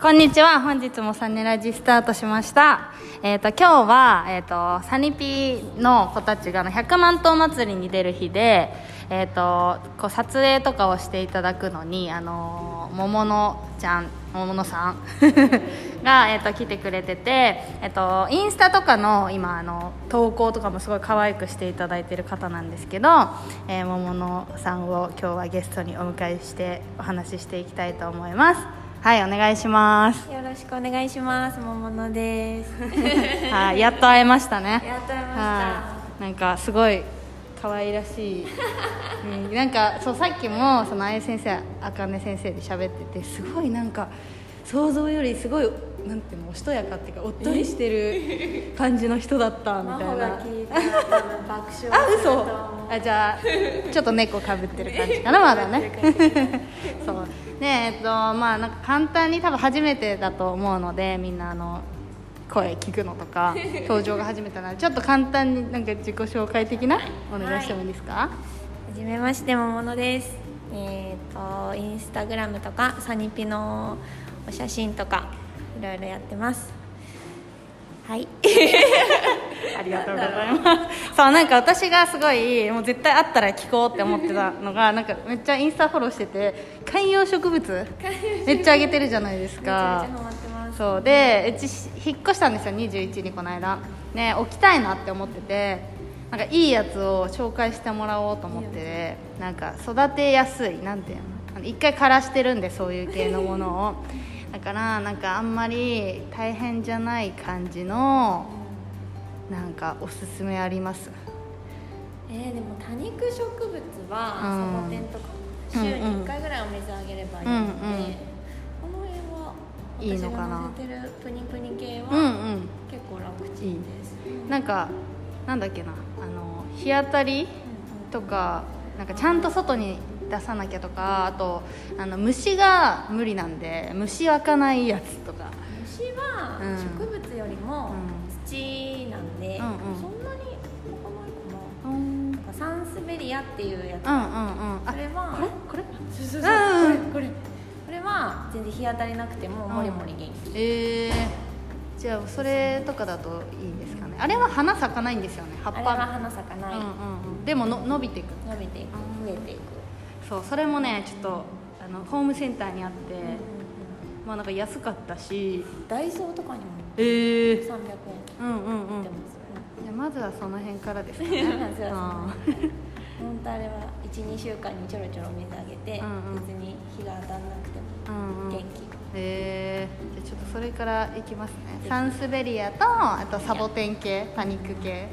こんにちは本日もサネラジスタートしました、えー、と今日は、えー、とサニピの子たちがあの100万頭祭りに出る日で、えー、とこう撮影とかをしていただくのにあのー桃野ちゃん桃野さん が、えー、と来てくれてて、えー、とインスタとかの今あの投稿とかもすごい可愛くしていただいてる方なんですけど、えー桃野さんを今日はゲストにお迎えしてお話ししていきたいと思います。はい、お願いし ます。よろしくお願いします。もものです。はい、やっと会えましたね。やっと会えましたはいなんかすごい可愛らしい。うんなんかそうさっきもそのあゆ先生、あかね先生で喋っててすごいなんか想像よりすごいなんていうのおしとやかっていうかおっとりしてる感じの人だったみ真た帆い なが。聞いたら多分爆笑するあと嘘思うあじゃあちょっと猫かぶってる感じかなまだ ねそうねえっとまあなんか簡単に多分初めてだと思うのでみんなあの声聞くのとか 表情が初めてなのでちょっと簡単になんか自己紹介的なお願いしてもいいですか、はじめまして、もものです。えっ、と、インスタグラムとか、サニピのお写真とか、いろいろやってます。はい。ありがとうございます。 そうなんか私がすごいもう絶対会ったら聞こうって思ってたのがなんかめっちゃインスタフォローしてて観葉植物めっちゃあげてるじゃないですか。めちゃめちゃハマってますそうでうち引っ越したんですよ21にこの間ね置きたいなって思っててなんかいいやつを紹介してもらおうと思っててなんか育てやすいなんていうのあの一回枯らしてるんでそういう系のものを だからなんかあんまり大変じゃない感じのなんかおすすめありますえー、でも多肉植物うんはサボテンとか週にうんうん1回ぐらいお水あげればいいのうで、んうんこの辺はいいの私かなが載せてるプニプニ系うんうはん結構楽ちんです、いいなんかなんだっけなあの日当たりとかなんかちゃんと外に出さなきゃとかあとあの虫が無理なんで虫湧かないやつとか虫はうん植物よりもうん土なんで、うんうんそんなに動かないかなうんうんうんなんかサンスベリアっていうやつ、あそれはこれこそうそうそううんうんこれこれこれは全然日当たりなくてももりもり元れ気、えー、じゃあそれとかだといいんですかねあれは花咲かないんですよね葉っあぱれは花咲かうなんい、うんうんでもの伸びていく伸びていく増えていくそうそれもねちょっとあのホームセンターにあって、まあなんか安かったしダイソーとかにもえー、 300円うんうんうん出まじゃあまずはその辺からですかね まずはうんす、本当あれは12週間にちょろちょろ水あげて、うんうん別に日が当たらなくてもうんうん元気、へえじゃあちょっとそれからいきますねサンスベリアとあとサボテン系パニック系プニプニ系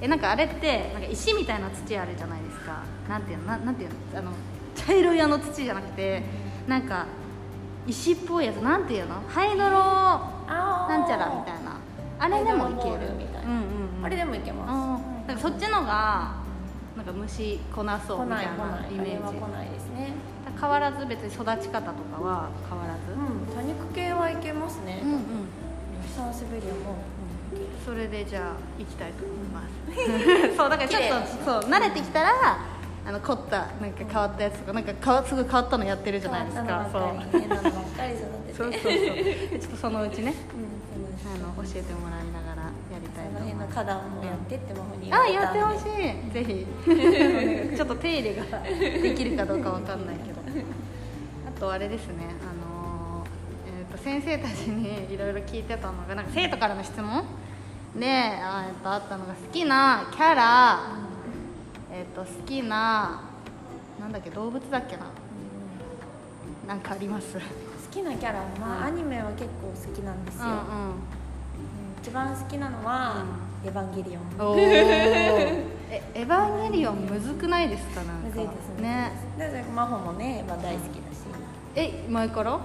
えなんかあれってなんか石みたいな土あるじゃないですかなんていうのななんていうのあの茶色いあの土じゃなくてなんか石っぽいやつなんていうのハイドロあーなんちゃらみたいなあれでもいけるみたいな、うんうんうん、あれでもいけまあーなんかそっちのがなんか虫こなすそう来みたないい来なないイメあれはージ来ないですね変わらず別に育ち方とかは変わらず、うん多肉系はいけますね、うんうんサンスベリアも、それでじゃあ行きたいと思います そうだからちょっとそう慣れてきたらあの凝ったなんか変わったやつとかなんか変わすぐ変わったのやってるじゃないですか変わったのばっかり変なのばっかり育ててそうそうそうそうちょっとそのうちねあの教えてもらいながらやりたいそとの思い辺のます花壇もやってってもにあやってほしいぜい ひちょっと手入れができるかどうかわかんないけどあとあれですねあのー、えー、と先生たちにいろいろ聞いてたのがなんか生徒からの質問であ,、えー、とあったのが好きなキャラ、えー、と好きななんだっけ動物だっけななんかあります好きなキャラは、まうあアニメは結構好きなんですよ、ううん一番好きなのは「エヴァンゲリオン」んうん おおえエヴァンゲリオンむずくないですかなんかむずいですねねでで真帆もねエヴァ大好きだしえ前から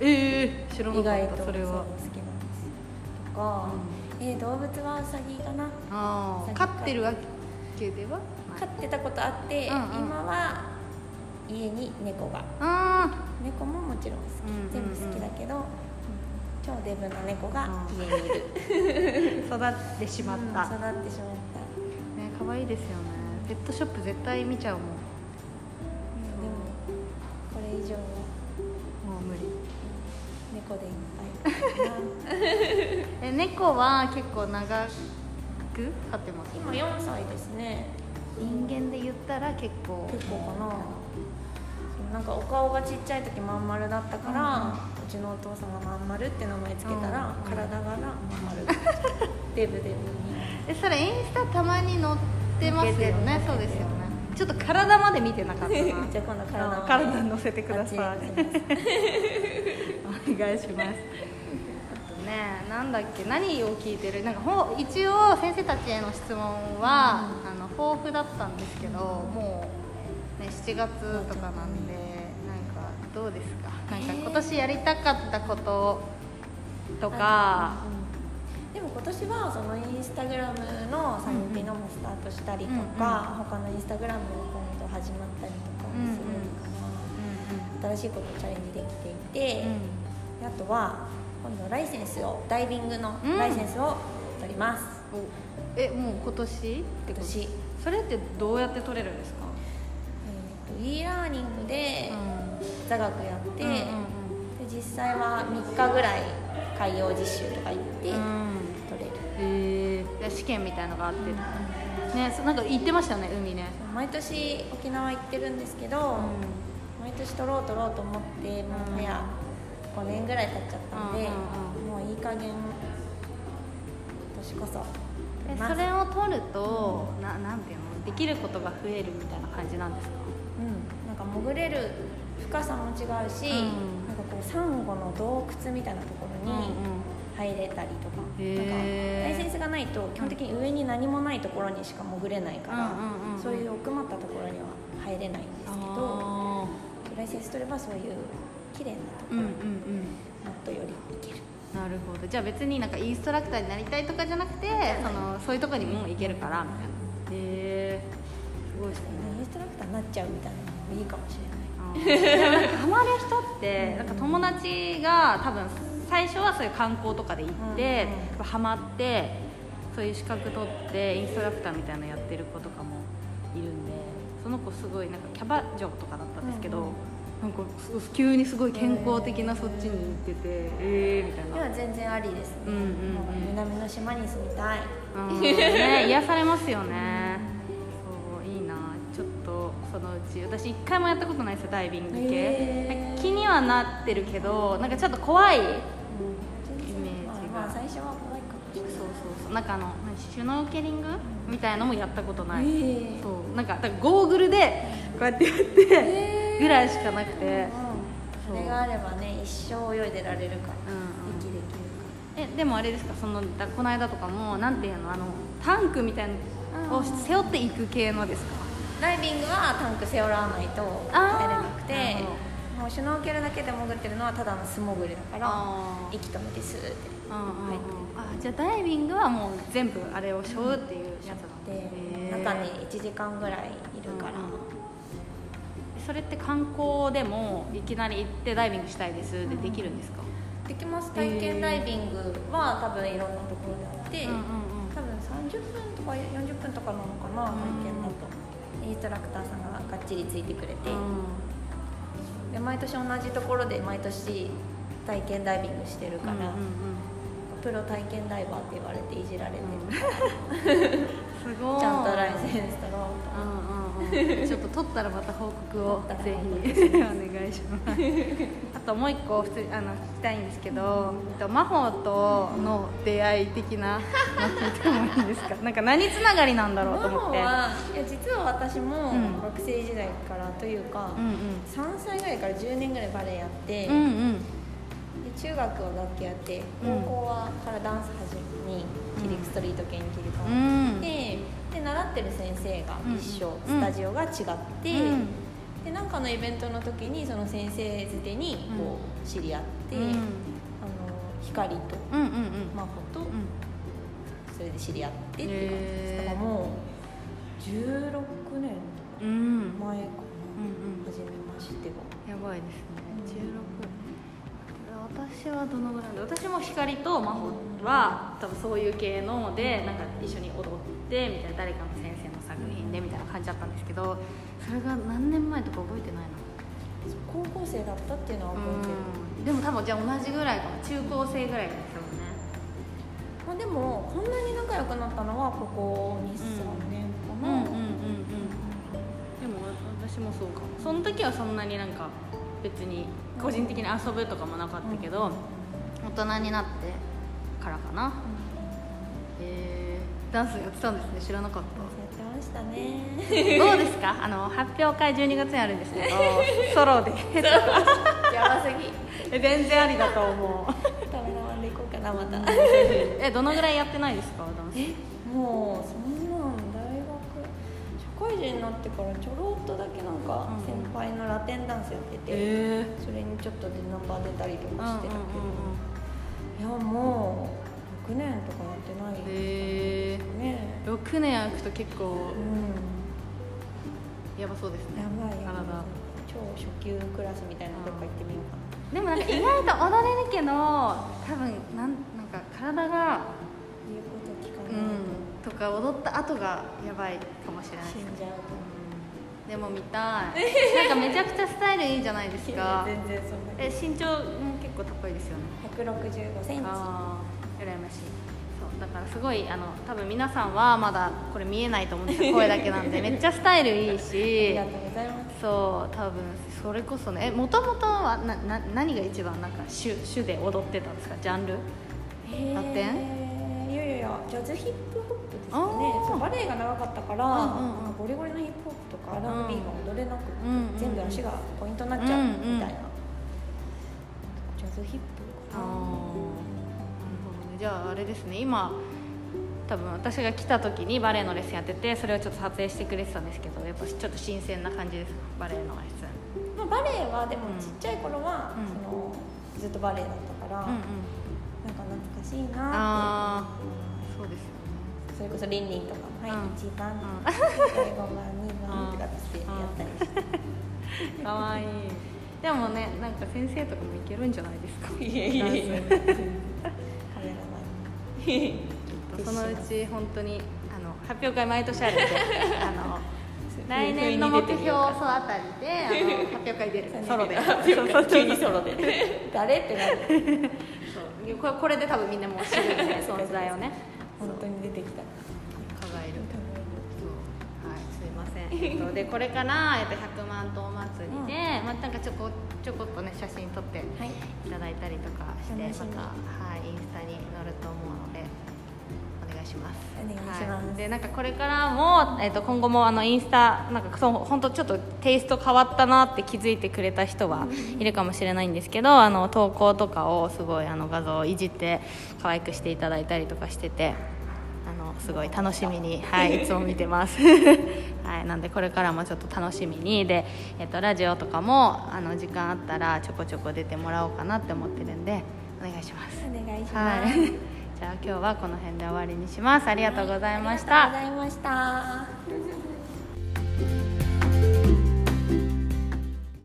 ええ知らな意か外っとたそれそうは好きなんですとか、えー動物はウサギかなああ最飼近からってるわけでは飼ってたことあって、うんうん今は家に猫があ猫ももちろん好き、うんうんうん全部好きだけど、超デブな猫があー家にいるあ育って しまった、うんね育ってしまった、可愛いですよねペットショップ絶対見ちゃうもんもでもこれ以上はう無理猫猫でいっぱいかなえ猫は結構長く飼ってます今4歳ですね人間で言ったら結構結構かなそうなんかお顔がちっちゃい時まん丸だったから、うちのお父さんがまん丸って名前つけたら、うん体がなまん丸デブデ ブにえそれインスタたまに載ってますよ載っねてるねそうですよねちょっと体まで見てなかった なじゃあ今度体あ体乗せてくださいあっちに行きますお願いします。あとね、なんだっけ、何を聞いてる、なんかほう、一応先生たちへの質問は、あの豊富だったんですけど、もう。ね、7月とかなんで、なんかどうですか、なんか今年やりたかったこと。とか、うんでも今年はそのインスタグラムのサニピのもスタートしたりとか、他のインスタグラムの今度始まったりとかもするうかんら、新しいことチャレンジできていうて、ん、であとは今度ライセンスをダイビングのうんライセンスを取ります、おえ、もう今年ってこと。今年それってどうやって取れるんですか。えーと e ラーニングで座学やって、うんうんうんで実際は3日ぐらい海洋実習とか行ってうん取れる、へえ試験みたいのがあって、ねそなんか行ってましたね海ね毎年沖縄行ってるんですけど、毎年取ろう取ろうと思ってもうんう早5年ぐらい経っちゃったんで、うんもういい加減今年こそえまあそれを取ると、ななんていうのできることが増えるみたいな感じなんですかうん、なんか潜れる深さも違うし、うんなんかこうサンゴの洞窟みたいなところに入れたりとか,、へーなんかライセンスがないと基本的に上に何もないところにしか潜れないから、うんうんうんそういう奥まったところには入れないんですけどあライセンス取ればそういう綺麗なとこーうろんうにんうもんっとより行ける、なるほどじゃあ別になんかインストラクターになりたいとかじゃなくてそのそういうとこにも行けるからみたいなへえすごいですねインストラクターになっちゃうみたいなのもいいかもしれないあーでもなんかハマる人ってなんか友達が多分最初はそういう観光とかで行って、うんハマってそういう資格取ってインストラクターみたいなのやってる子とかもいるんでその子すごいなんかキャバ嬢とかだったんですけど、うんうんなんかす急にすごい健康的なそっちに行っててえー、みたいでなは。全然ありですね、うんうんうんも南の島に住みたいうんね、癒されますよねそういいなちょっとそのうち私一回もやったことないですよダイビング系、へーなんか気にはなってるけどなんかちょっと怖いそうイメージがまあ、まあ最初は怖いかもしそれうないそうなんかあの何シュノーケリングみたいのもやったことない、へーそうなんかだからゴーグルでこうやってやってぐらいしかなくて、うん、あれがあればね一生泳いでられるから、うんうん息できるえでもあれですかそのだこの間とかもなんていうのあのタンクみたいのを背負っていく系のですかからダイビングはタンク背負わないと入れなくてあーなるほもうシュノーケルだけで潜ってるのはただの素潜りだからあー息止めてスーってうんうんうんあじゃあダイビングはもう全部あれを背負うっていうややっつなんてで、中に1時間ぐらいいるから、うんうんそれって観光でもいきなり行ってダイビングしたいですってできるんですか、できます体験ダイビングは多分いろんなところであって、うんうんうん多分30分とか40分とかなのかな体験だと、インストラクターさんががっちりついてくれて、で毎年同じところで毎年体験ダイビングしてるから、うんうんうんプロ体験ダイバーって言われていじられてる、すごい ちゃんとライセンス取ろううんと うんうんちょっと取ったらまた報告を取ったらぜ報ひお願いしますあともう一個普通にあの聞きたいんですけど、えっと、真帆との出会い的なの聞いてもいいです かなんか何つながりなんだろうと思マっマてはいや実は私もうん学生時代からというか、うん3歳ぐらいから10年ぐらいバレエやって、うんうんうんで中学は楽器やってう高ん校はからダンス始めに切り、うんストリート系に切り替わうって、んで習ってる先生が一緒、うんスタジオが違って、うんでなんかのイベントの時にその先生づてにこう知り合って、うんあの光とうんうんうん真帆とうんそれで知り合ってっていう感じです、へーだからもう16年うん前かうんな、初めましてはやばいですね16私はどのぐらいだ私も光と真帆は多分そういう系のでなんか一緒に踊ってみたいな誰かの先生の作品でみたいな感じだったんですけどそれが何年前とか覚えてないな高校生だったっていうのは覚えうんでてる、も多分じゃあ同じぐらいかも中高生ぐらいですよねまあ、でもこんなに仲良くなったのはここ23年かうんうんうんうんな、でも私もそうかもその時はそんなになんか別に個人的に遊ぶとかもなかったけど、大人になってからかなへえダンスやってたんですね知らなかっ やってましたねたどうですかあの発表会12月にあるんですけど ソロでやばすぎ全然ありだと思うカメラマンで行こうかなまた えどのぐらいやってないですかダンスもうそんなん大学社会人になってからちょろっとだけなんかうん先輩のラテンダンスやってて、えそれにちょっとでナンバー出たりとうんかしてたけど、いやもう6年とかやってないうんうんうんねへええ6年空くと結構うんやばそうですねやばいよ体超初級クラスみたいなとこ行ってみようかなでもなんか意外と踊れるけど多分なんなんか体が言うこと聞かうなんいとか踊った後がやばいかもしれないと死んじゃうと思うでも見たいなんかめちゃくちゃスタイルいいじゃないです か全然そんなえ身長も結構高いですよね165センチああ羨ましいそうだからすごいあの多分皆さんはまだこれ見えないと思うん ですよ声だけなんでめっちゃスタイルいいありしがとうございますそう多分それこそねえもともとはなな何が一番なんか主主で踊ってたんですかジャンルラテンえーいやいやいやジャズヒップホップですあよねーそうバレエが長かったから、うんうんうんなんかゴリゴリのヒップホップとか R&B が踊れなくて、うんうんうん全部足がポイントになっちゃうみたいうな、んうんジャズヒップあーかなるなほどねじゃああれですね今多分私が来た時にバレエのレッスンやっててそれをちょっと撮影してくれてたんですけどやっぱちょっと新鮮な感じですかバレエのレッスンまあ、バレエはでもうんちっちゃい頃は、うんそのずっとバレエだったから、うんうなんんか懐かしいなってああそうですよねそれこそリンリンとかも「はい、うん1番ん5番2番」とかってやったりして。 かわいいでもねなんか先生とかもいけるんじゃないですかいやいやいやダンスカメラマンもそのうち本当にあの発表会毎年あるん であの来年の目標そうあたりであの発表会出 るソロで急にソロで誰ってなるそうこれこれで多分みんなもう知るんで存在をね本当に出てきた蚊がいるそうはいすいません、えっと、でこれから、えっと、100万頭祭りで、まあ、なんかちょこちょこっとね写真撮ってはいいただいたりとかして楽しみまた、はい、インスタに載ると思うのでお願いしますお願いしますはいでなんかこれからも、えっと今後もあのインスタなんかそう本当ちょっとテイスト変わったなって気づいてくれた人はいるかもしれないんですけどあの投稿とかをすごいあの画像をいじって可愛くしていただいたりとかしてて。あのすごい楽しみに、 はい、いつも見てます、はい、なんでこれからもちょっと楽しみにで、えっとラジオとかもあの時間あったらちょこちょこ出てもらおうかなって思ってるんでお願いしますお願いしはまい す、じゃあ今日はこの辺で終わりにしますありがとうございました、ありがとうございました